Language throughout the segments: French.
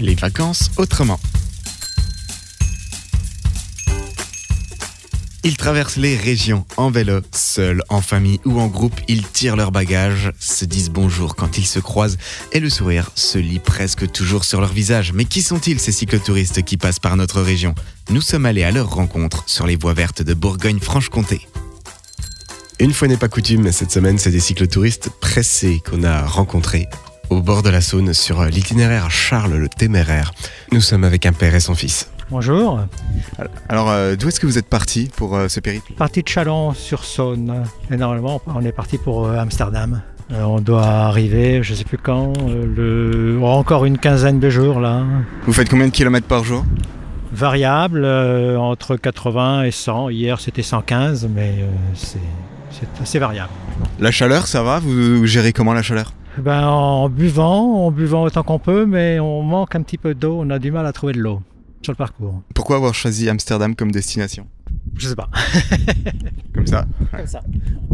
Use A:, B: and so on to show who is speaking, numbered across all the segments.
A: Les vacances autrement. Ils traversent les régions en vélo, seuls, en famille ou en groupe. Ils tirent leurs bagages, se disent bonjour quand ils se croisent et le sourire se lit presque toujours sur leur visage. Mais qui sont-ils ces cyclotouristes qui passent par notre région Nous sommes allés à leur rencontre sur les voies vertes de Bourgogne-Franche-Comté. Une fois n'est pas coutume, cette semaine, c'est des cyclotouristes pressés qu'on a rencontrés au bord de la Saône sur euh, l'itinéraire Charles le Téméraire. Nous sommes avec un père et son fils.
B: Bonjour,
A: Alors, euh, d'où est-ce que vous êtes parti pour euh, ce périple
B: partie de Chalon-sur-Saône. Et normalement, on est parti pour euh, Amsterdam. Euh, on doit arriver, je sais plus quand, euh, le... encore une quinzaine de jours là.
A: Vous faites combien de kilomètres par jour
B: Variable, euh, entre 80 et 100. Hier c'était 115, mais euh, c'est- c'est assez variable.
A: La chaleur, ça va vous, vous gérez comment la chaleur
B: Ben, en buvant, en buvant autant qu'on peut, mais on manque un petit peu d'eau, on a du mal à trouver de l'eau sur le parcours.
A: Pourquoi avoir choisi Amsterdam comme destination
B: Je sais pas,
A: Comme ça
B: Comme ça.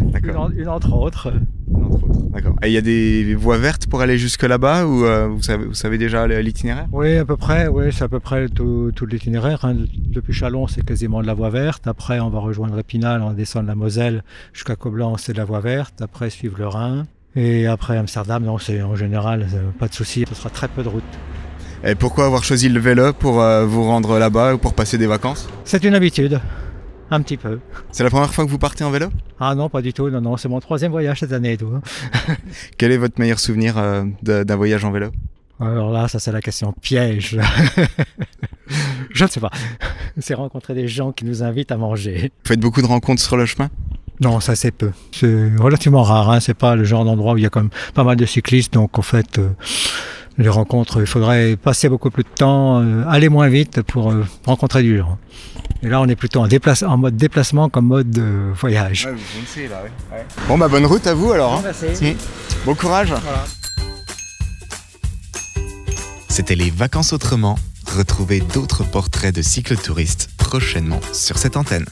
B: une,
A: D'accord.
B: en- une entre autres.
A: Entre autres. D'accord. Et il y a des voies vertes pour aller jusque là-bas ou euh, vous, savez, vous savez déjà le- l'itinéraire
B: Oui, à peu près, oui, c'est à peu près tout, tout l'itinéraire. hein. Depuis Chalon, c'est quasiment de la voie verte. Après, on va rejoindre Épinal, on descend de la Moselle jusqu'à Coblenz, c'est de la voie verte. Après, suivre le Rhin. Et après Amsterdam, non, c'est en général, euh, pas de souci, ce sera très peu de route.
A: Et pourquoi avoir choisi le vélo pour euh, vous rendre là-bas ou pour passer des vacances
B: C'est une habitude, un petit peu.
A: C'est la première fois que vous partez en vélo
B: Ah non, pas du tout, non, non, c'est mon troisième voyage cette année et tout. hein.
A: Quel est votre meilleur souvenir euh, de- d'un voyage en vélo
B: Alors là, ça c'est la question piège. Je ne sais pas. C'est rencontrer des gens qui nous invitent à manger.
A: Vous faites beaucoup de rencontres sur le chemin
B: Non, ça c'est peu. C'est relativement rare. Hein. C'est pas le genre d'endroit où il y a quand même pas mal de cyclistes. Donc en fait, euh, les rencontres, il faudrait passer beaucoup plus de temps, euh, aller moins vite pour euh, rencontrer du gens. Et là, on est plutôt en, déplace- en mode déplacement comme mode euh, voyage.
A: vous là, Bon, bah bonne route à vous alors. hein. Bon courage. C'était les vacances autrement. Retrouvez d'autres portraits de cyclotouristes prochainement sur cette antenne.